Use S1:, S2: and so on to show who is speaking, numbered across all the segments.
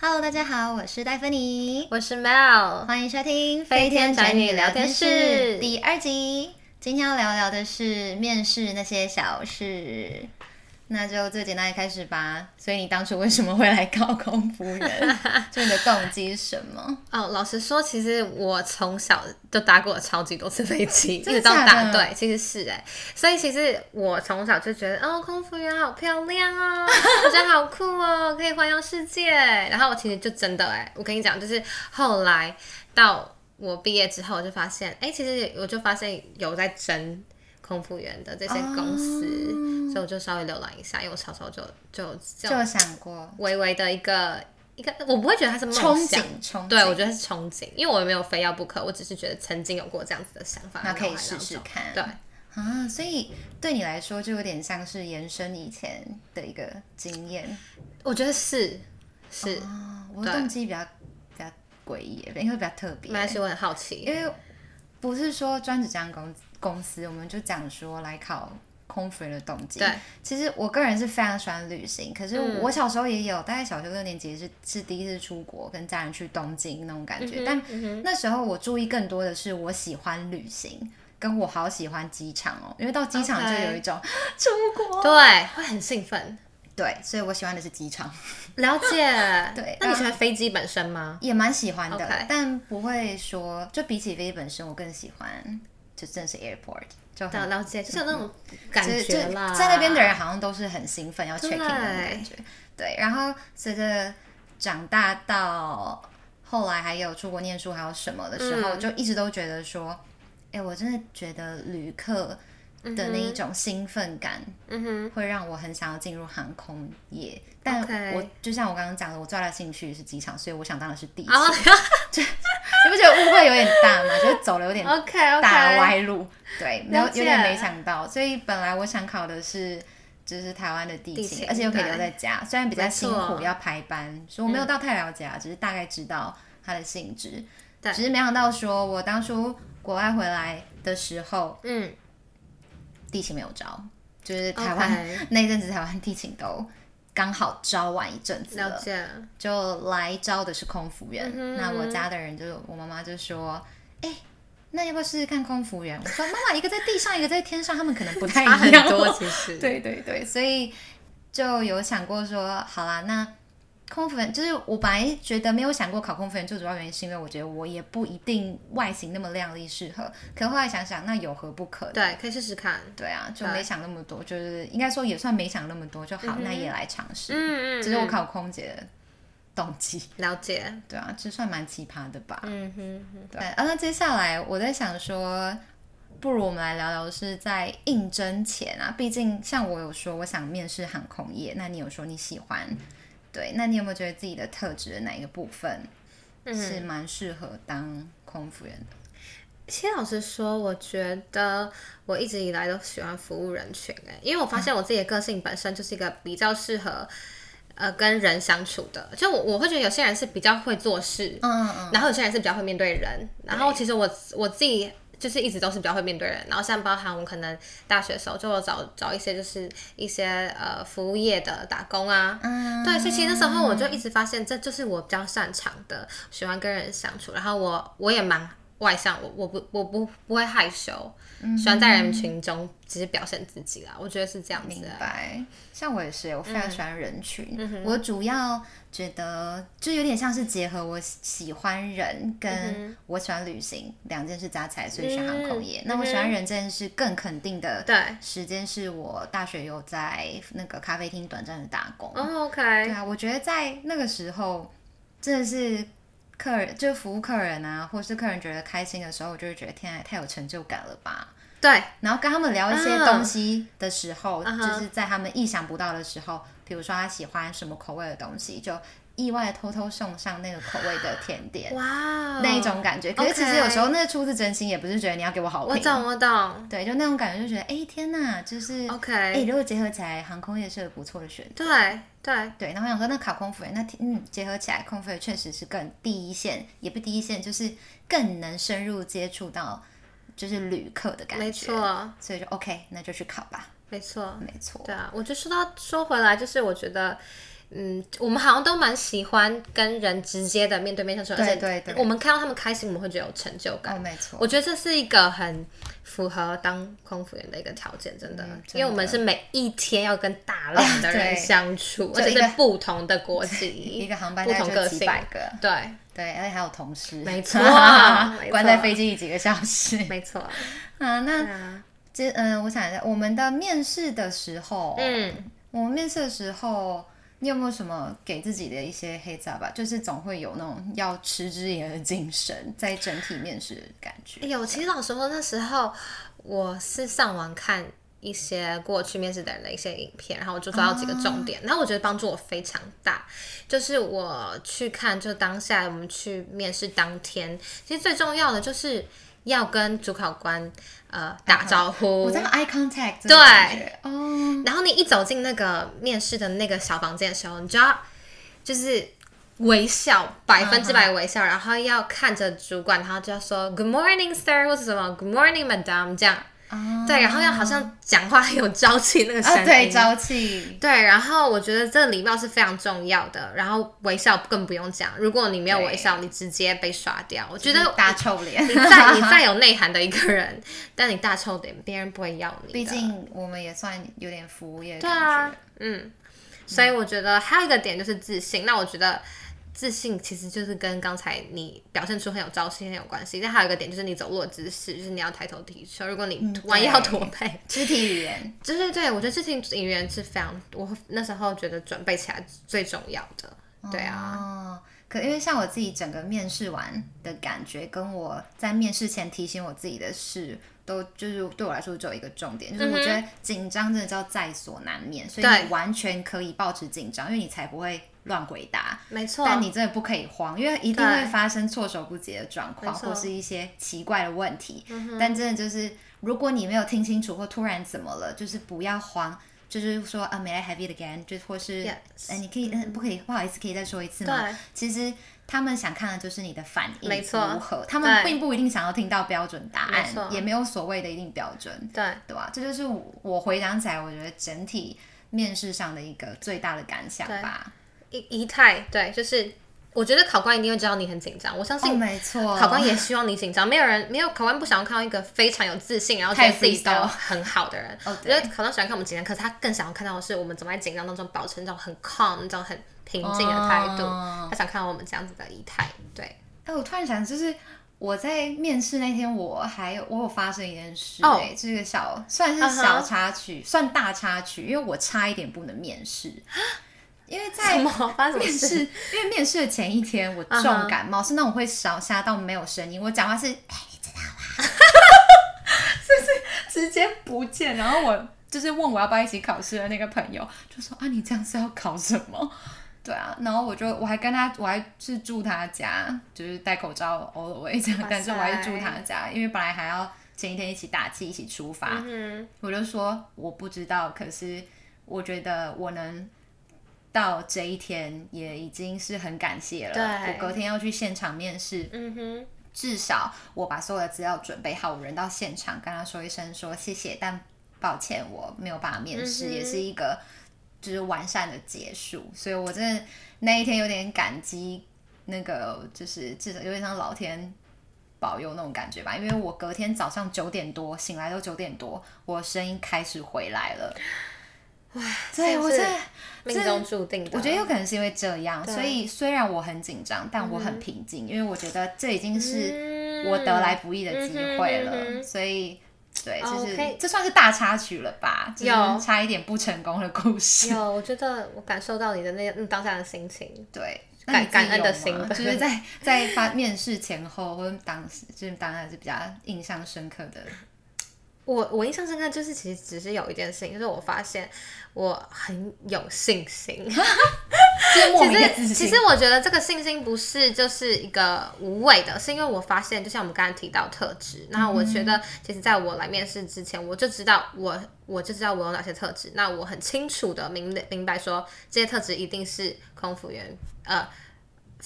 S1: Hello，大家好，我是戴芬妮，
S2: 我是 Mel，
S1: 欢迎收听《
S2: 飞天宅女聊天室
S1: 第二集。今天要聊聊的是面试那些小事，那就最简单的开始吧。所以你当初为什么会来高空服务 员？就你的动机是什么？
S2: 哦，老实说，其实我从小就搭过超级多次 飞机，一
S1: 真的
S2: 直到
S1: 假
S2: 大
S1: 的
S2: 对，其实是哎，所以其实我从小就觉得，哦，空服员好漂 亮哦，我觉得好酷哦，可以环游世界。然后我其实就真的哎，我跟你讲，就是后来到我毕业之后，我就发现，哎，其实我就发现有在争空服员的这些公司，
S1: 哦
S2: 所以我就稍微浏览一下，因为我小时候就就
S1: 就
S2: 就
S1: 有想过
S2: 微微的一个一个，我不会觉得它是
S1: 憧
S2: 梦
S1: 憬
S2: 想。，
S1: 憧憬，
S2: 对，我觉得是憧憬，因为我也没有非要不可，我只是觉得曾经有过这样子的想法，
S1: 那可以
S2: 然后
S1: 试试看。
S2: 对
S1: 啊，所以对你来说就有点像是延伸以前的一个经验
S2: 我觉得是是，
S1: 啊。我的
S2: 对
S1: 动机比较比较诡异耶，因为比较特别
S2: 没。关系，我很好奇，
S1: 因为不是说专职这样公公司，我们就讲说来考空服员的动机。
S2: 对，嗯
S1: 其实我个人是非常喜欢旅行，可是我小时候也有，大概小学六年级是是第一次出国，跟家人去东京那种感
S2: 嗯
S1: 觉。但那时候我注意更多的是我喜欢旅行，跟我好喜欢机场哦，因为到机场就
S2: OK
S1: 有一种出国。
S2: 对，会很兴奋，
S1: 对，所以我喜欢的是机场，。
S2: 了解
S1: 对嗯
S2: 那你喜欢飞机本身吗？
S1: 也蛮喜欢的
S2: OK
S1: 但不会说，就比起飞机本身，我更喜欢就真的是 airport，就很
S2: 对，啊了解，就是有那种感
S1: 就是就
S2: 觉啦，
S1: 在那边的人好像都是很兴奋要 check in
S2: 对
S1: 的那种感觉。对，然后随着长大到后来还有出国念书还有什么的时候，
S2: 嗯
S1: 就一直都觉得说，哎、我真的觉得旅客
S2: 嗯
S1: 的那一种兴奋感，会让我很想要进入航空业。但
S2: OK
S1: 我就像我刚刚讲的，我最大的兴趣是机场，所以我想当的是地勤。
S2: 哦
S1: 你不觉得误会有点大吗？就是走了有点
S2: ，OK
S1: 大
S2: OK，
S1: 歪路， 对，没有
S2: 了解
S1: 有点没想到，所以本来我想考的是就是台湾的地
S2: 地
S1: 勤，
S2: 勤
S1: 而且又可以
S2: 对
S1: 留在家，虽然比较辛苦
S2: 没错
S1: 要排班，所以我没有到太了解啊，只是大概知道它的性质，
S2: 对
S1: 只是没想到说我当初国外回来的时候，
S2: 嗯，
S1: 地勤没有招，就是台湾
S2: ，OK，
S1: 那一阵子台湾地勤都刚好招完一阵子了
S2: 了，解，
S1: 就来招的是空服员。
S2: 嗯哼
S1: 那我家的人就我妈妈就说：“哎、那要不要试试看空服员？”我说：“妈妈，一个在地上，一个在天上，他们可能不太
S2: 差很
S1: 一样。”
S2: 多其实，
S1: 对对对，所以就有想过说，好啦，那空服员就是我本来觉得没有想过考空服员，最主要原因是因为我觉得我也不一定外形那么靓丽适合。可后来想想，那有何不 可呢？
S2: 对，可以试试看，
S1: 对啊，就没想那么多，就是应该说也算没想那么多就好，那也来尝试。
S2: 嗯嗯，
S1: 这是我
S2: 嗯
S1: 考空姐的动机。
S2: 了解，
S1: 对啊，这算蛮奇葩的吧？
S2: 嗯哼哼，
S1: 对啊，那接下来我在想说，不如我们来聊聊是在应征前啊，毕竟像我有说我想面试航空业，那你有说你喜欢，对，那你有没有觉得自己的特质的哪一个部分是蛮适合当空服员的？
S2: 其实老实说，我觉得我一直以来都喜欢服务人群、欸，因为我发现我自己的个性本身就是一个比较适合，呃，跟人相处的。就我我会觉得有些人是比较会做事，
S1: 嗯嗯嗯，
S2: 然后有些人是比较会面对人，然后其实我我自己就是一直都是比较会面对人，然后像包含我可能大学的时候就有找找一些就是一些呃服务业的打工啊，嗯，对，所以其实那时候我就一直发现这就是我比较擅长的，喜欢跟人相处，然后我我也蛮。外向，我我不我不不会害羞，
S1: 嗯
S2: 喜欢在人群中只是表现自己啦，我觉得是这样
S1: 明
S2: 子啊。
S1: 白。像我也是，我非
S2: 嗯
S1: 常喜欢人群。我主要觉得就有点像是结合我喜喜欢人
S2: 嗯
S1: 跟我喜欢旅行两件事加起来，所以选航空业。
S2: 嗯
S1: 那我喜欢人这件事更肯定的
S2: 对
S1: 时间是我大学有在那个咖啡厅短暂的打工。
S2: 哦，OK、
S1: 对
S2: o
S1: 啊，我觉得在那个时候真的是。客人就服务客人啊，或是客人觉得开心的时候，我就会觉得天啊，太有成就感了吧！
S2: k 对，
S1: 然后跟他们聊一些
S2: 嗯
S1: 东西的时候，
S2: 嗯哼
S1: 就是在他们意想不到的时候，比如说他喜欢什么口味的东西，就意外地偷偷送上那个口味的甜点，
S2: 哇、
S1: 那一种感觉。可是其实
S2: 嗯 OK
S1: 有时候那出自真心，也不是觉得你要给我好
S2: 我
S1: 评，
S2: 懂我懂
S1: 对，就那种感觉，就觉得哎天哪，就是哎
S2: ，OK，、
S1: 如果结合起来，航空业是个不错的选择。
S2: 对对，
S1: 对，然后我想说，那考空服员，那嗯，结合起来，空服员确实是更第一线，也不第一线，就是更能深入接触到就是旅客的感觉。
S2: 没错
S1: 啊所以就 OK，那就去考吧。
S2: 没错，
S1: 没错，
S2: 对啊，我就说到说回来，就是我觉得嗯，我们好像都蛮喜欢跟人直接的面对面相处，
S1: 对
S2: 而
S1: 对
S2: 且
S1: 对
S2: 我们看到他们开心，我们会觉得有成就感。
S1: 哦，没错，
S2: 我觉得这是一个很符合当空服员的一个条件，真的，
S1: 嗯真的
S2: 因为我们是每一天要跟大量的人
S1: 对
S2: 相处，而
S1: 就
S2: 且
S1: 一个
S2: 是不同的国
S1: 一
S2: 籍，
S1: 个航班
S2: 不
S1: 大
S2: 同
S1: 概
S2: 个
S1: 就几
S2: 性
S1: 百个，
S2: 对，
S1: 对，而且还有同事，
S2: 没错没错
S1: 关在飞机里几个小时
S2: 没错，
S1: 啊。那
S2: 啊
S1: 这嗯、我想一下，我们的面试的时候，
S2: 嗯，
S1: 我们面试的时候，你有没有什么给自己的一些黑杂吧？就是总会有那种要持之以恒的精神，在整体面试的感觉。
S2: 有。哎其实老实说，那时候我是上网看。一些过去面试的人的一些影片，然后我就抓到几个重点，然后我觉得帮助我非常大。就是我去看，就当下我们去面试当天，其实最重要的就是要跟主考官呃打招呼。
S1: 我在 eye contact 这
S2: 对
S1: 个感觉哦，
S2: 然后你一走进那个面试的那个小房间的时候，你就要就是微笑，百分
S1: 嗯
S2: 之百微笑，然后要看着主管，然后就要说 Good morning, sir，或者什么 Good morning, madam 这样。
S1: 啊
S2: 对，然后要好像讲话很有朝气那个声音。
S1: 啊，对，朝气，
S2: 对，然后我觉得这个礼貌是非常重要的，然后微笑更不用讲。如果你没有微笑，你直接被刷掉。我觉得
S1: 大臭脸。
S2: 你 再你再有内涵的一个人，但你大臭脸，别人不会要你的。
S1: 毕竟我们也算有点服务业的
S2: 啊对
S1: 感觉，
S2: 啊，嗯，所以我觉得还有一个点就是自信。那我觉得自信其实就是跟刚才你表现出很有朝气很有关系。但还有一个点就是你走路的姿势，就是你要抬头挺胸。如果你弯腰驼背，
S1: 肢体语言
S2: 对对对，我觉得这些语言是非常，我那时候觉得准备起来最重要的。 对啊，
S1: 哦，可因为像我自己整个面试完的感觉，跟我在面试前提醒我自己的事，都就是对我来说只有一个重点，就是我觉得紧张真的叫在所难免，所以
S2: 嗯对
S1: 你完全可以保持紧张，因为你才不会乱回答。
S2: 没错。
S1: 但你真的不可以慌，因为一定会发生措手不及的状况，
S2: 没错嗯
S1: 或是一些奇怪的问题。但真的就是，如果你没有听清楚或突然怎么了，就是不要慌，就是说啊，May I have it again？就或是
S2: Yes
S1: 哎、你可以，嗯，不可以，不好意思，可以再说一次吗
S2: 对？
S1: 其实他们想看的就是你的反应
S2: 没错
S1: 如何，他们
S2: 对
S1: 并不一定想要听到标准答
S2: 没错
S1: 案，也没有所谓的一定标准，
S2: 对，
S1: 对吧、这就是我我回想起来，我觉得整体面试上的一个最大的感想
S2: 对
S1: 吧。
S2: 仪仪态，对，就是我觉得考官一定会知道你很紧张。我相
S1: 哦，
S2: 信
S1: 没错，
S2: 考官也希望你紧张，没有人没有考官不想要看到一个非常有自信，然后觉
S1: 太
S2: 得自己都
S1: freestyle
S2: 很好的人。
S1: 哦
S2: 我觉
S1: 对
S2: 得考官喜欢看我们紧张，可是他更想要看到的是我们怎么在紧张当中保持那种很 calm、那种很平静的态度。
S1: 哦
S2: 他想看到我们这样子的仪态。对，
S1: 哎、我突然想，就是我在面试那天，我还有我有发生一件事、
S2: 哦
S1: 哎、这个小算是
S2: 嗯哼
S1: 小插曲算大插曲，因为我差一点不能面试，因为在
S2: 啊什么发生什
S1: 面
S2: 么
S1: 试，
S2: 事？
S1: 因为面试的前一天我
S2: 嗯
S1: 重
S2: 哼
S1: 感冒是那种会少吓到没有声音，我讲话是，哎、你知道吗？ 就是直接不见。然后我就是问我要不要一起考试的那个朋友，就说啊，你这样是要考什么？对啊，然后我就我还跟他，我还是住他家，就是戴口罩 all the way 这样
S2: 哇，
S1: 但是我
S2: 塞
S1: 还是住他家，因为本来还要前一天一起打气，一起出发，
S2: 嗯，
S1: 我就说我不知道，可是我觉得我能到这一天也已经是很感谢了。
S2: 对
S1: 我隔天要去现场面试，
S2: 嗯哼，
S1: 至少我把所有的资料准备好，我人到现场跟他说一声说谢谢，但抱歉我没有办法面试，
S2: 嗯哼
S1: 也是一个就是完善的结束。所以我真的那一天有点感激，那个就是至少有点像老天。保佑那种感觉吧，因为我隔天早上九点多醒来都九点多，我声音开始回来了。哇，对
S2: 是不
S1: 我
S2: 是
S1: 真的
S2: 命中注定的。
S1: 我觉得有可能是因为这样，
S2: 对嗯
S1: 所以虽然我很紧张，但我很平静，因为我觉得这已经是我得来不易的机会了，
S2: 嗯嗯哼嗯哼
S1: 所以。对，
S2: 哦
S1: 就是、
S2: 可以
S1: 这算是大插曲了吧？就是
S2: 有
S1: 差一点不成功的故事。
S2: 有，我觉得我感受到你的那那当下的心情。
S1: 对，
S2: 感
S1: 那你自己有吗
S2: 感恩的心吧
S1: 就是在在发面试前后或者当时，就是当然是比较印象深刻的。
S2: 我我印象深刻就是，其实只是有一件事情，就是我发现我很有信心。
S1: 就是莫
S2: 其
S1: 名的自
S2: 实，
S1: 信
S2: 其实我觉得这个信心不是就是一个无谓的，是因为我发现，就像我们刚才提到特质，那我
S1: 嗯
S2: 觉得其实在我来面试之前，我就知道我我就知道我有哪些特质，那我很清楚的明明白说这些特质一定是空服员呃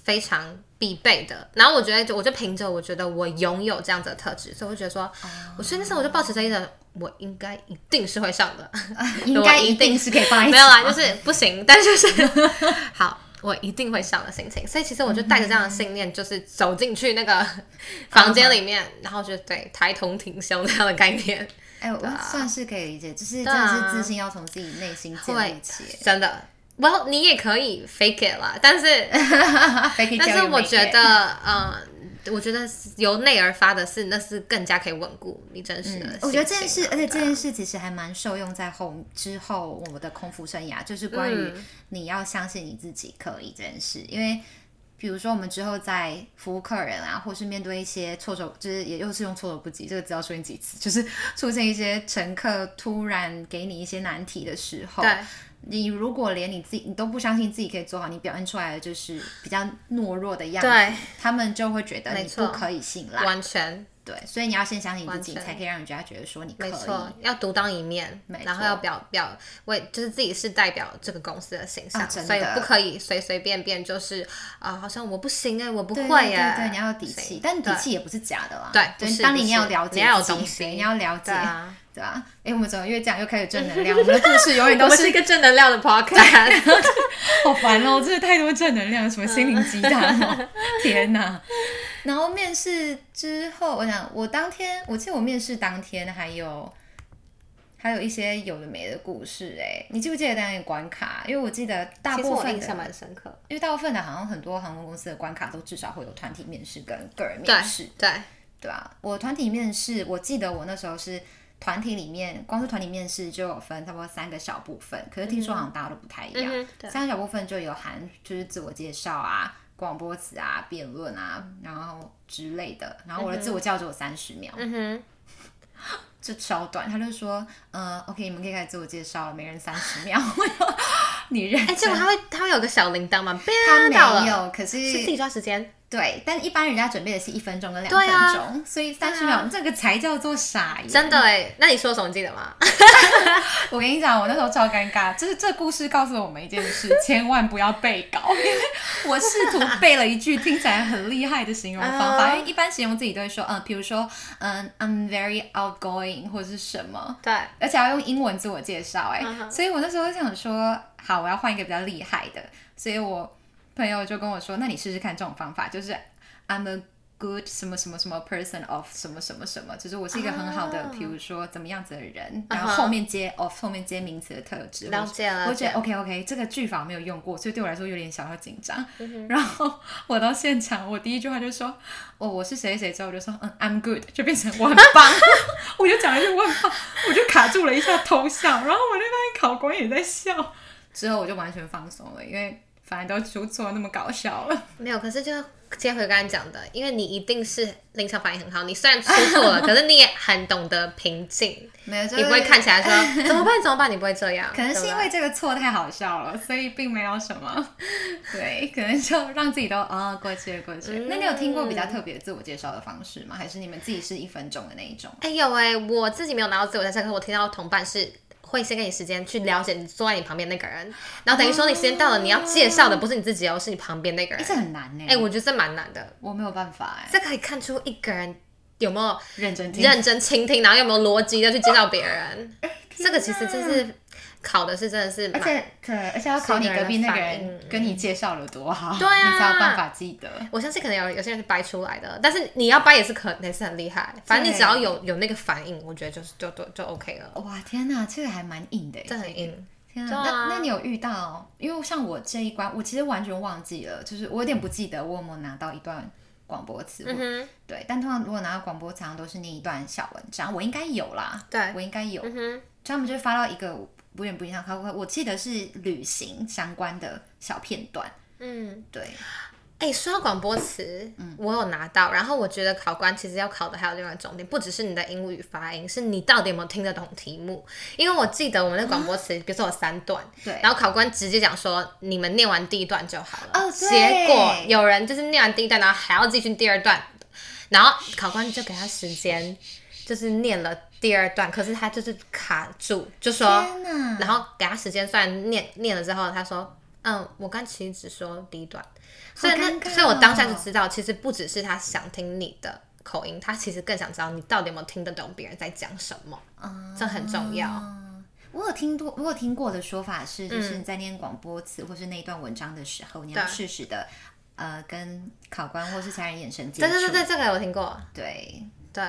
S2: 非常必备的。然后我觉得，我就凭着我觉得我拥有这样子的特质，所以我觉得说，
S1: 哦
S2: 我所以那时候我就抱持着一种，我应该一定是会上的，
S1: 啊应该一定是可以放在一起吗。
S2: 没有啦，就是不行，但就是好。我一定会上的心情，所以其实我就带着这样的信念，就是走进去 那个房间里面，然后就对台同挺胸这样的概 念，
S1: 哎、我
S2: 啊
S1: 算是可以理解，就是真的是自信要从自己内心建立
S2: 会
S1: 起。
S2: 真的。Well，你也可以 fake it 啦，但是
S1: Fake it till
S2: 啊但是
S1: you
S2: 我
S1: make
S2: 觉
S1: it
S2: 得，嗯、我觉得是由内而发的是，那是更加可以稳固你真实的、
S1: 嗯我觉得这件事，
S2: 啊
S1: 而且这件事其实还蛮受用在后之后我们的空服生涯，就是关于
S2: 嗯
S1: 你要相信你自己可以这件事。因为比如说我们之后在服务客人啊，或是面对一些措手，就是也又是用措手不及这个词要出现几次，就是 出现一些乘客突然给你一些难题的时候，
S2: 对
S1: 你如果连你自己你都不相信自己可以做好，你表现出来的就是比较懦弱的样
S2: 对
S1: 子，他们就会觉得
S2: 没
S1: 你
S2: 错
S1: 不可以信赖。
S2: 完全
S1: 对，所以你要先相信你自
S2: 完
S1: 己，
S2: 全
S1: 才可以让人家觉得说你可
S2: 没
S1: 以。
S2: 错，要独当一面
S1: 没，
S2: 然后
S1: 错
S2: 要表表为就是自己是代表这个公司的形象，
S1: 啊真的
S2: 所以不可以随随便便就是啊、好像我不行哎、我不
S1: 对
S2: 会
S1: 对
S2: 哎、
S1: 对，你要有底
S2: 所
S1: 气
S2: 以，
S1: 但你底
S2: 对
S1: 气也不是假的啦。
S2: 对不
S1: 对，
S2: 是
S1: 当
S2: 不
S1: 你
S2: 是
S1: 要了解自己，
S2: 你要有东西
S1: 对你要了解
S2: 对，啊，
S1: 对啊。哎，我们怎么越讲越开始正能量？ 我们的故事永远都
S2: 我
S1: 是
S2: 是一个正能量的 podcast，
S1: 好烦哦，真的太多正能量，什么心灵鸡汤
S2: 嗯
S1: 哦， 天哪！然后面试之后，我想我当天，我记得我面试当天还有还有一些有的没的故事哎，你记不记得当天关卡？因为我记得大
S2: 其实
S1: 部
S2: 我
S1: 分
S2: 印
S1: 的
S2: 象蛮深刻的，
S1: 因为大部分的好像很多航空公司的关卡都至少会有团体面试跟个人面试
S2: 对，对，
S1: 对啊，我团体面试，我记得我那时候是团体里面，光是团体面试就有分差不多三个小部分，可是听说好像大家都不太一样。
S2: 嗯哼对
S1: 三个小部分就有含就是自我介绍啊、广播词啊、辩论啊，然后之类的。然后我的自我介绍只有三十秒，
S2: 嗯哼，
S1: 就超短。他就说，呃，OK，你们可以开始自我介绍了，每人三十秒。 我就你认
S2: 哎、
S1: 真？
S2: 结果他会他会有个小铃铛吗？
S1: 他
S2: 他
S1: 没有，嗯可
S2: 是自己抓时间，
S1: 对，但一般人家准备的是一分钟跟两
S2: 对
S1: 分
S2: 啊
S1: 钟，所以三十秒、这个才叫做傻眼。
S2: 真的哎、那你说什么记 得吗？
S1: 我跟你讲，我那时候超尴尬，就是这故事告诉我们一件事：千万不要背稿， 因为我试图背了一句听起来很厉害的形容方法，
S2: 啊
S1: 因为一般形容自己都会说，嗯，比如说，嗯，I'm very outgoing 或者是什么，
S2: 对，
S1: 而且要用英文自我介绍、哎、
S2: 嗯哼
S1: 所以我那时候想说，好，我要换一个比较厉害的，所以我朋友就跟我说，那你试试看这种方法，就是 I'm a good 什么什么什么 person of 什么什么什么，就是我是一个很好的，
S2: 啊
S1: 比、如说怎么样子的人，
S2: 嗯哼
S1: 然后后面接 of 后面接名词的特质，
S2: 了解了
S1: 我觉
S2: 解
S1: 得 OK OK，这个句法我没有用过，所以对我来说有点小小紧张。然后我到现场，我第一句话就说，哦，我是谁谁谁，之后我就说，嗯，I'm good，就变成我很棒， 我就讲了一句我很棒，我就卡住了一下偷笑，然后我那边考官也在笑，之后我就完全放松了，因为反正都出错那么搞笑了。
S2: 没有，可是就接回刚才讲的，因为你一定是临场反应很好，你虽然出错了，可是你也很懂得平静，
S1: 没有，就
S2: 你不会看起来说怎么办怎么办，你不会这样，
S1: 可能是因
S2: 对
S1: 为这个错太好笑了，所以并没有什么， 对，可能就让自己都啊、过去了过去
S2: 嗯
S1: 了。那你有听过比较特别的自我介绍的方式吗？还是你们自己是一分钟的那一种？
S2: 不对哎有哎，我自己没有拿到自我介绍，可是我听到同伴是。会先给你时间去了解你坐在你旁边那个人，然后等于说你时间到了，你要介绍的不是你自己哦，是你旁边那个
S1: 哎、
S2: 人。
S1: 这很难呢、
S2: 哎、我觉得这蛮难的，
S1: 我没有办法哎、
S2: 这可以看出一个人有没有
S1: 认真听。
S2: 认真倾听，然后有没有逻辑的去介绍别人。这个其实真是考的是真的是
S1: 而
S2: 蛮
S1: 且对，而且要考你隔壁那个人跟你介绍了多好，
S2: 嗯对啊
S1: 你才有办法记得。
S2: 我相信可能有有些人是掰出来的，但是你要掰也是可也是很厉害。反正你只要有有那个反应，我觉得就是就就就 OK 了，
S1: 哇，天哪，这个还蛮硬的耶，
S2: 这很硬。
S1: 天啊，
S2: 对啊
S1: 那那你有遇到？因为像我这一关，我其实完全忘记了，就是我有点不记得我有没有拿到一段广播词。我
S2: 嗯哼，
S1: 对，但通常如果拿到广播，常常都是念一段小文章，我应该有啦，
S2: 对，
S1: 我应该有。
S2: 嗯哼，
S1: 就他们就发到一个我有点不印象，他会我记得是旅行相关的小片段。
S2: 嗯。
S1: 对，
S2: 哎、说到广播词，我有拿到。然后我觉得考官其实要考的还有另外一个重点，不只是你的英语发音，是你到底有没有听得懂题目。因为我记得我们的广播词，比如说有三段，
S1: 对
S2: 然后考官直接讲说你们念完第一段就好了。
S1: 哦对
S2: 结果有人就是念完第一段，然后还要继续第二段，然后考官就给他时间，就是念了第二段，可是他就是卡住，就说
S1: 天哪，
S2: 然后给他时间，虽然念念了之后，他说，嗯、嗯，我跟其实只说低短，所以那、
S1: 尴尬哦
S2: 所以我当下就知道，其实不只是他想听你的口音，他其实更想知道你到底有没有听得懂别人在讲什么，
S1: 哦
S2: 这很重要。
S1: 我有听多，我有听过的说法
S2: 嗯
S1: 是，就是你在念广播词或是那一段文章的时候，你要适时的呃跟考官或是其他人眼神接
S2: 对
S1: 触。
S2: 对对对，这个我听过，
S1: 对
S2: 对，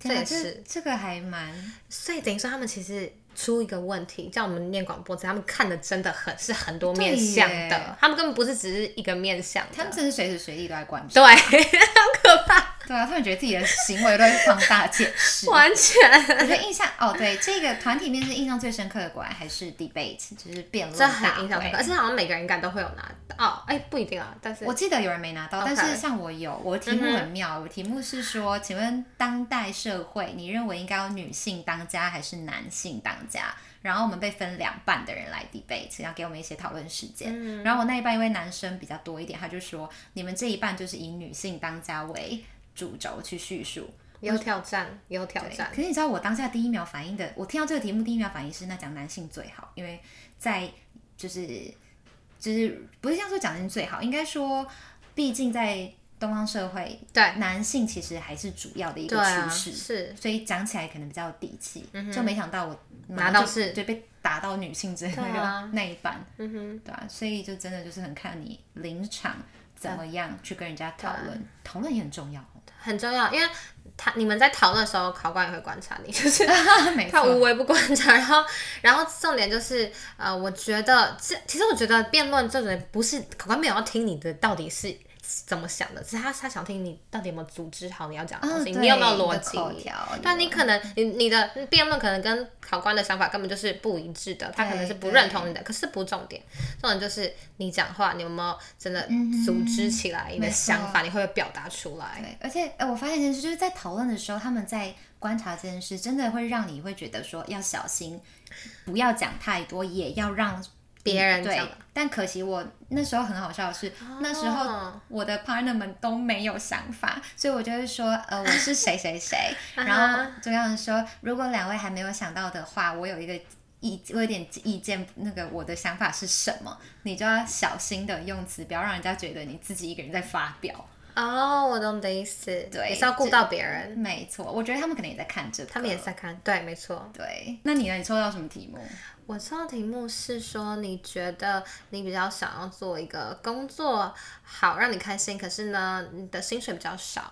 S2: 这
S1: 天哪
S2: 也
S1: 这
S2: 是。啊
S1: 这个还蛮
S2: 所以等于说，他们其实出一个问题，叫我们念广播词，他们看的真的很是很多面向
S1: 对耶
S2: 的，他们根本不是只是一个面向的
S1: 他们真的随时随地都在观察，
S2: 对， 好可怕，
S1: 对啊，他们觉得自己的行为都在放大解 释。
S2: 完全，
S1: 我觉得印象哦，对，这个团体面试印象最深刻的，果然还是 debate，就是辩论
S2: 这
S1: 大
S2: 很欸影响
S1: 会
S2: 深刻，而且好像每个人应该都会有拿到，哦，哎、不一定啊，但是
S1: 我记得有人没拿到
S2: OK
S1: 但是像我有，我的题目很妙，我题目是说，请问当代社会，你认为应该有女性当家还是男性当家？然后我们被分两半的人来 debate，然后给我们一些讨论时间。然后我那一半因为男生比较多一点，他就说你们这一半就是以女性当家为主轴去叙述。
S2: 也有挑战，也有挑
S1: 对
S2: 战，
S1: 可是你知道我当下第一秒反应的，我听到这个题目第一秒反应是那讲男性最好，因为在就是就是不是这样说讲男性最好，应该说毕竟在东方社会，
S2: 对
S1: 男性其实还是主要的一
S2: 对
S1: 个
S2: 啊，
S1: 趋势。
S2: 是，
S1: 所以讲起来可能比较有底气，就没想到我
S2: 拿
S1: 马上
S2: 到
S1: 就是对被打到女性之类的
S2: 对啊
S1: 那一半，
S2: 嗯哼，
S1: 对啊，所以就真的就是很看你临场怎么样去跟人家讨
S2: 啊
S1: 论，讨论也很 重要哦。
S2: 很重要，因为他你们在讨论的时候，考官也会观察你，就是
S1: 没
S2: 他
S1: 错
S2: 无微不观察，然后，然后重点就是，呃，我觉得这其实我觉得辩论这种不是考官没有要听你的到底是怎么想的，只是他他想听你到底有没有组织好你要讲的东西，
S1: 嗯
S2: 你有没有
S1: 对
S2: 逻
S1: 你的口
S2: 辑
S1: 条？
S2: 但你可能你你的辩论可能跟考官的想法根本就是不一致的，他可能是不
S1: 对
S2: 认同你的，可是不重点，重点就是你讲话你有没有真的
S1: 嗯
S2: 组织起来你的
S1: 没错
S2: 想法，你会不会表达出来？
S1: 对，而且哎、呃我发现一件事，就是在讨论的时候，他们在观察这件事，真的会让你会觉得说要小心，不要讲太多，也要让
S2: 别人
S1: 嗯对
S2: 讲。哦
S1: 但可惜我那时候很好笑的是，那时候我的 partner 们都没有想法，所以我就会说，呃，我是谁谁 谁，
S2: 啊
S1: 然后就跟他们说，如果两位还没有想到的话，我有一个。意我有点意见，那个我的想法是什么，你就要小心的用词，不要让人家觉得你自己一个人在发表。
S2: 哦，我懂你的意思，
S1: 对
S2: 也是要顾
S1: 这
S2: 到别人。
S1: 没错，我觉得他们可能也在看这个，
S2: 嗯他们也是在看，对，没错。
S1: 对。那你呢？你抽到什么题目？
S2: 我抽到题目是说，你觉得你比较想要做一个工作好让你开心，可是呢，你的薪水比较少，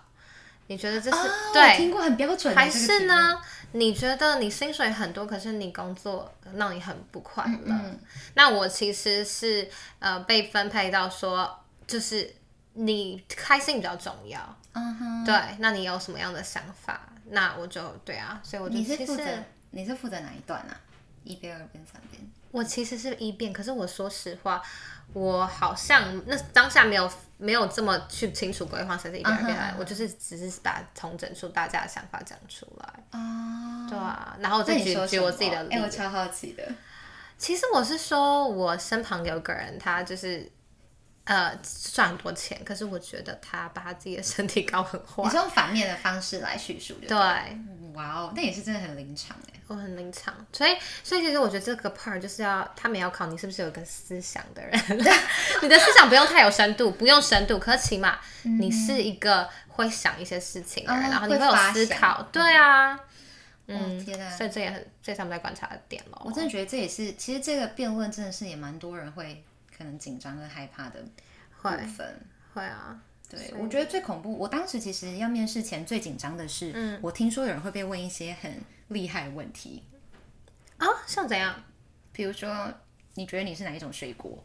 S2: 你觉得这是、
S1: 哦我
S2: 啊对，
S1: 听过很标准的
S2: 还
S1: 这个
S2: 是
S1: 题
S2: 呢？你觉得你薪水很多，可是你工作让你很不快乐？
S1: 嗯
S2: 那我其实是呃被分配到说，就是你开心比较重要。
S1: 目？嗯哼，
S2: 对，那你有什么样的想法？那我就对啊，所以我就
S1: 你是
S2: 其
S1: 负
S2: 实
S1: 责你是负责哪一段啊？一边、二边、三边？
S2: 我其实是一辩，可是我说实话，我好像那当下没有没有这么去清楚规划谁是一
S1: 嗯
S2: 辩二
S1: 哼
S2: 辩来
S1: 嗯哼
S2: 我就是只是把重整出大家的想法讲出来，
S1: 哦，
S2: 对啊，然后我
S1: 那
S2: 再
S1: 你
S2: 举
S1: 说
S2: 举
S1: 什
S2: 我
S1: 么
S2: 自己的例
S1: 哎，我
S2: 子。
S1: 超好奇的。
S2: 其实我是说，我身旁有个人，他就是呃赚很多钱，可是我觉得他把他自己的身体搞很
S1: 你
S2: 坏，
S1: 是用反面的方式来叙述的？
S2: 对，
S1: 哇哦，那也是真的很临场哎。
S2: 我哦很临场，所以所以其实我觉得这个 part 就是要他们也要考你是不是有一个思想的人， 你的思想不用太有深度，不用深度，可是起码你是一个会想一些事情的人，
S1: 嗯哦
S2: 然后你
S1: 会
S2: 有
S1: 发
S2: 思
S1: 想
S2: 考，对啊，
S1: 嗯，
S2: 嗯
S1: 天哪，
S2: 所以这也很这也是他们在观察的点咯
S1: 我。真的觉得这也是，其实这个辩论真的是也蛮多人会可能紧张跟害怕的部
S2: 会
S1: 分。
S2: 会啊，
S1: 嗯对，
S2: 所以
S1: 我觉得最恐怖。我当时其实要面试前最紧张的是，
S2: 嗯
S1: 我听说有人会被问一些很厉害的问题，
S2: 啊，像怎样？
S1: 比如说你觉得你是哪一种水果，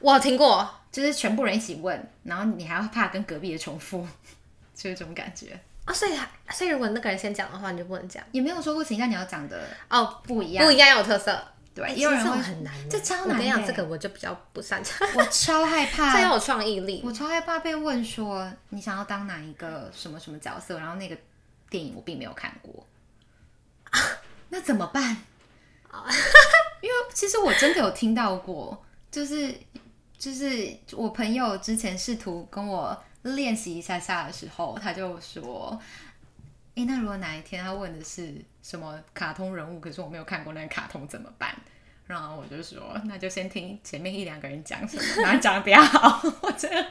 S2: 我有听过，
S1: 就是全部人一起问，然后你还要怕跟隔壁的重复， 就是这种感觉。
S2: 啊，所以还所以如果那个人先讲的话，你就不能讲
S1: 也没有说不行，但你要讲的
S2: 哦，
S1: 不一样。
S2: 不一样要有特色。
S1: 对，
S2: 哎
S1: 也有
S2: 其
S1: 人
S2: 实这种
S1: 会
S2: 很难耶，
S1: 这超
S2: 我跟
S1: 难
S2: 你讲，
S1: 的欸
S2: 这个我就比较不擅长，
S1: 我超害
S2: 这
S1: 怕，
S2: 要有创意力。
S1: 我超害怕被问说你想要当哪一个什么什么角色，然后那个电影我并没有看 过，那怎么办？
S2: 哦
S1: 因为其实我真的有听到过，就是就是我朋友之前试图跟我练习一下下的时候，他就说。诶，那如果哪一天他问的是什么卡通人物，可是我没有看过那个卡通怎么办？然后我就说，那就先听前面一两个人讲什么，哪讲的比较好。 我真的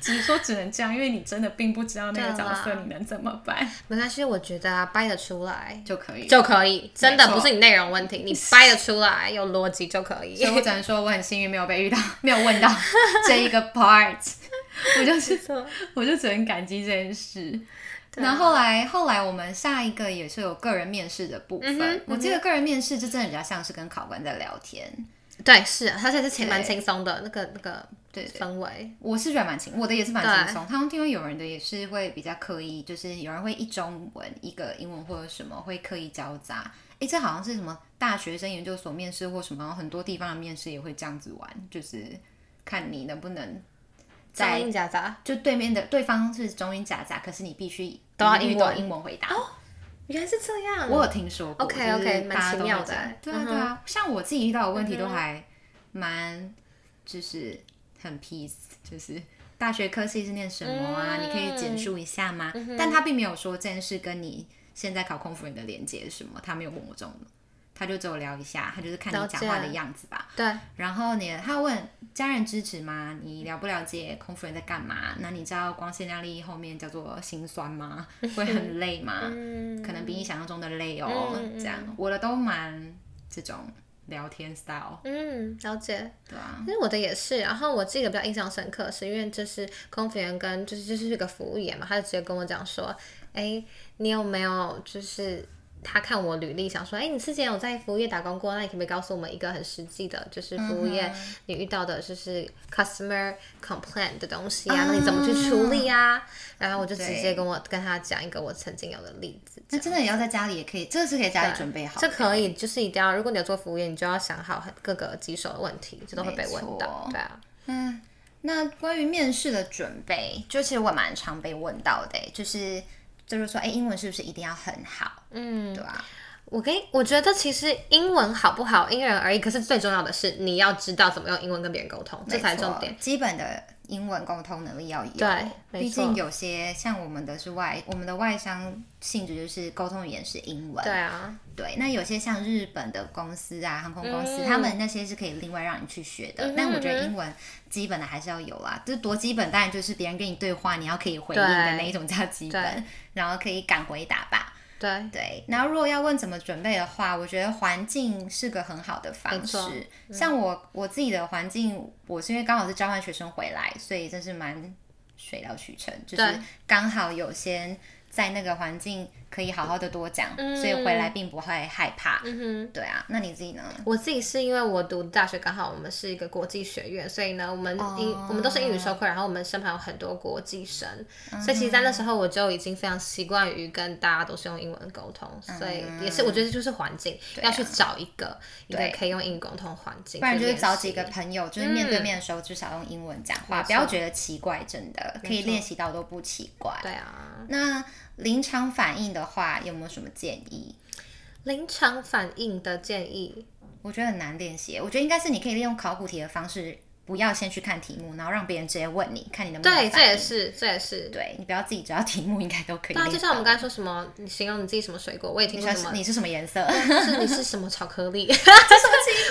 S1: 只是说只能这样，因为你真的并不知道那个角色
S2: 对啦
S1: 你能怎么办
S2: 没关系，我觉得啊，掰得出来
S1: 就可以了。
S2: 就可以，真的
S1: 没错
S2: 不是你内容问题，你掰得出来有逻辑就可以
S1: 所。以我只能说我很幸运没有被遇到，没有问到这一个 part，我 就是
S2: 错
S1: 我就只能感激这件事。然后后来后来我们下一个也是有个人面试的部分，我记得个人面试就真的比较像是跟考官在聊天，
S2: 对，是啊，而且是挺
S1: 对
S2: 蛮轻松的那个那个
S1: 对
S2: 氛围。
S1: 我是觉得蛮轻，我的也是蛮
S2: 对
S1: 轻松。他们听说有人的也是会比较刻意，就是有人会一中文一个英文或者什么会刻意交杂。诶，这好像是什么大学生研究所面试或什么，很多地方的面试也会这样子玩，就是看你能不能
S2: 中英夹杂，
S1: 就对面的对方是中英夹杂，可是你必须
S2: 都要
S1: 一律
S2: 英
S1: 都
S2: 文
S1: 英文回答。
S2: 原来是这样。
S1: 我有听说过
S2: OK，OK，
S1: 就是
S2: 蛮
S1: 大家
S2: 奇
S1: 都会
S2: 妙的
S1: 这样
S2: 欸
S1: 对啊
S2: 嗯哼嗯
S1: 对啊，像我自己遇到的问题都还蛮，就是很 peace，就是大学科系是念什么啊？
S2: 嗯
S1: 你可以简述一下吗？但他并没有说这件事跟你现在考空服人的连接是什么，他没有问我这种的，他就只有聊一下，他就是看
S2: 了
S1: 你
S2: 解
S1: 讲话的样子吧。
S2: 对，
S1: 然后你他问家人支持吗？你了不了解空腹人在干嘛？那你知道光鲜亮丽后面叫做心酸 吗？会很累吗？可能比你想象中的累哦。
S2: 嗯嗯嗯嗯
S1: 这样我的都蛮这种聊天 style，
S2: 嗯，了解。
S1: 对吧、
S2: 其实我的也是，啊然后我记得比较印象深刻是，因为就是空服员跟就是就是一个服务员嘛，他就直接跟我讲说，哎，你有没有就是他看我履历，想说，哎，你之前有在服务业打工过，那你可不可以告诉我们一个很实际的，就是服务业你遇到的就是 customer complaint 的东西啊，那你怎么去处理啊？然后我就直接跟我跟他讲一个我曾经有的例子，
S1: 那真的也要在家里也可以，这个是可以家里准备好的，
S2: 这可以，就是一定要，如果你有做服务业，你就要想好很各个棘手的问题，这都会被
S1: 没错
S2: 问到，对啊。
S1: 嗯，那关于面试的准备，就其实我蛮常被问到的欸，就是就是说，哎、英文是不是一定要很好？嗯，对吧、
S2: 我跟我觉得其实英文好不好因人而异，可是最重要的是你要知道怎么用英文跟别人沟通，这才是重点。
S1: 没错。啊基本的英文沟通能力要有，
S2: 对没
S1: 毕
S2: 错
S1: 竟有些像我们的是外，我们的外商性质就是沟通语言是英文，
S2: 对啊，
S1: 对，那有些像日本的公司啊，航空公司，
S2: 嗯
S1: 他们那些是可以另外让你去学的。
S2: 嗯哼
S1: 但我觉得英文基本的还是要有啦，就是多基本，当然就是别人跟你对话，你要可以回应的
S2: 对
S1: 那一种叫基本
S2: 对，
S1: 然后可以敢回答吧。
S2: 对，
S1: 对，然后如果要问怎么准备的话，我觉得环境是个很好的方
S2: 没
S1: 式
S2: 错。
S1: 像我我自己的环境，我是因为刚好是交换学生回来，所以真是蛮水到渠成，就是
S2: 对
S1: 刚好有些在那个环境可以好好的多讲，
S2: 嗯
S1: 所以回来并不会害怕。
S2: 嗯哼。
S1: 对啊，那你自己呢？
S2: 我自己是因为我读大学刚好我们是一个国际学院，所以呢，我们
S1: 哦
S2: 英、我们都是英语授课，然后我们身旁有很多国际生，所以其实在那时候我就已经非常习惯于跟大家都是用英文沟通，所以也是我觉得就是环境、
S1: 对啊
S2: 要去找一个一个
S1: 对
S2: 可以用英语沟通的环境，
S1: 不然
S2: 去
S1: 就是
S2: 练
S1: 找
S2: 习
S1: 几个朋友，就是面对面的时候至少用英文讲话，
S2: 没错
S1: 不要觉得奇怪，真的可以
S2: 没错
S1: 练习到都不奇怪。
S2: 对啊，
S1: 那临场反应的话，有没有什么建议？
S2: 临场反应的建议，
S1: 我觉得很难练习，我觉得应该是你可以利用考古题的方式，不要先去看题目，然后让别人直接问你，看你能不能
S2: 对，这
S1: 反
S2: 也
S1: 应
S2: 是这也是。
S1: 对你不要自己知道题目，应该都可以
S2: 对
S1: 练
S2: 啊，
S1: 到。
S2: 就像我们刚才说什么，你形容你自己什么水果，我也听
S1: 你
S2: 过
S1: 说
S2: 什
S1: 是
S2: 么，
S1: 你是什么颜 色？
S2: 是你是什么巧克力，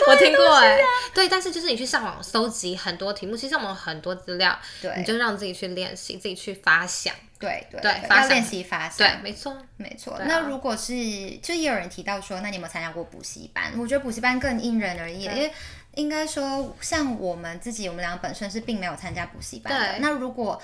S2: 我听过
S1: 啊
S2: 哎、对，但是就是你去上网搜集很多题目，其实我们有很多资料，你
S1: 对
S2: 就让自己去练习，自己去发想。
S1: 对对
S2: 对
S1: 对，
S2: 发
S1: 要
S2: 想
S1: 练习发想。
S2: 对，没错，
S1: 没错。
S2: 对啊
S1: 那如果是，就也有人提到说，那你有没有参加过补习班？我觉得补习班更因人而异，因为应该说，像我们自己，我们俩本身是并没有参加补习班的。
S2: 对
S1: 那如果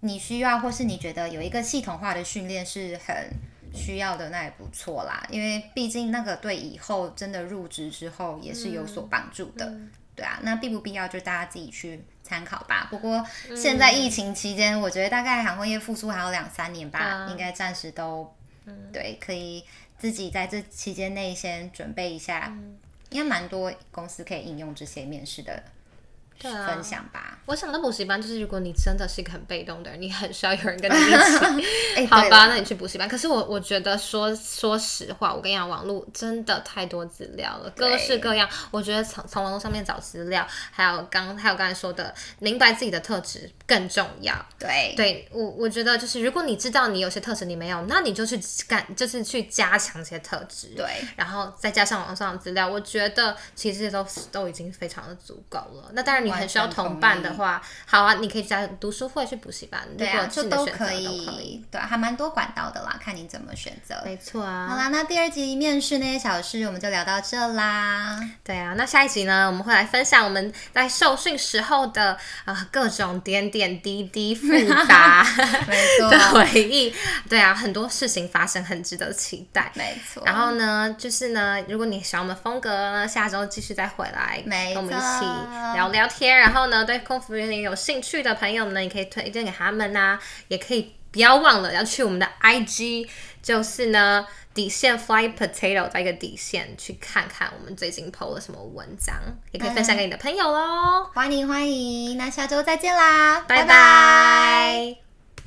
S1: 你需要，或是你觉得有一个系统化的训练是很需要的，那也不错啦，因为毕竟那个对以后真的入职之后也是有所
S2: 嗯
S1: 帮助的。对啊，那必不必要就大家自己去参考吧。不过
S2: 嗯
S1: 现在疫情期间，我觉得大概航空业复苏还有两三年吧，
S2: 啊嗯
S1: 应该暂时都、对，可以自己在这期间
S2: 嗯
S1: 内先准备一下，应该蛮多公司可以应用这些面试的
S2: 对啊
S1: 分享吧。
S2: 我想到补习班就是，如果你真的是一个很被动的人，你很需要有人跟你一起。
S1: 哎、
S2: 好
S1: 对
S2: 吧，
S1: 了
S2: 那你去补习班。可是我我觉得说说实话，我跟你讲，网络真的太多资料了，
S1: 对
S2: 各式各样。我觉得从从网络上面找资料，还有刚还有刚才说的，明白自己的特质更重要。
S1: 对
S2: 对我，我觉得就是，如果你知道你有些特质你没有，那你就去干，就是去加强这些特质。
S1: 对
S2: 然后再加上网上的资料，我觉得其实都都已经非常的足够了。那当然，你很需要同伴的话，好啊，你可以加入读书会去补习班，
S1: 对
S2: 如
S1: 啊，
S2: 果是
S1: 就
S2: 你的
S1: 都
S2: 选择
S1: 可
S2: 都可以。
S1: 以，对，啊还蛮多管道的啦，看你怎么选择。
S2: 没错
S1: 好
S2: 啊，
S1: 啦，那第二集面试那些小事我们就聊到这 啦。
S2: 对啊，那下一集呢，我们会来分享我们在受训时候的啊、呃各种点点滴滴复 杂
S1: 没错，
S2: 的回忆。对啊，很多事情发生，很值得期待。
S1: 没错。
S2: 然后呢，就是呢，如果你喜欢我们风格呢，下周继续再回来，
S1: 没
S2: 跟我们一
S1: 错
S2: 起聊聊天。然后呢，对空服员有兴趣的朋友呢，你可以推荐给他们呐、也可以不要忘了要去我们的 IG，就是呢底线 Fly Potato 的一个底线去看看我们最近 PO 了什么文章，也可以分享给你的朋友喽。
S1: 欢迎欢迎，那下周再见啦，
S2: 拜
S1: 拜
S2: 拜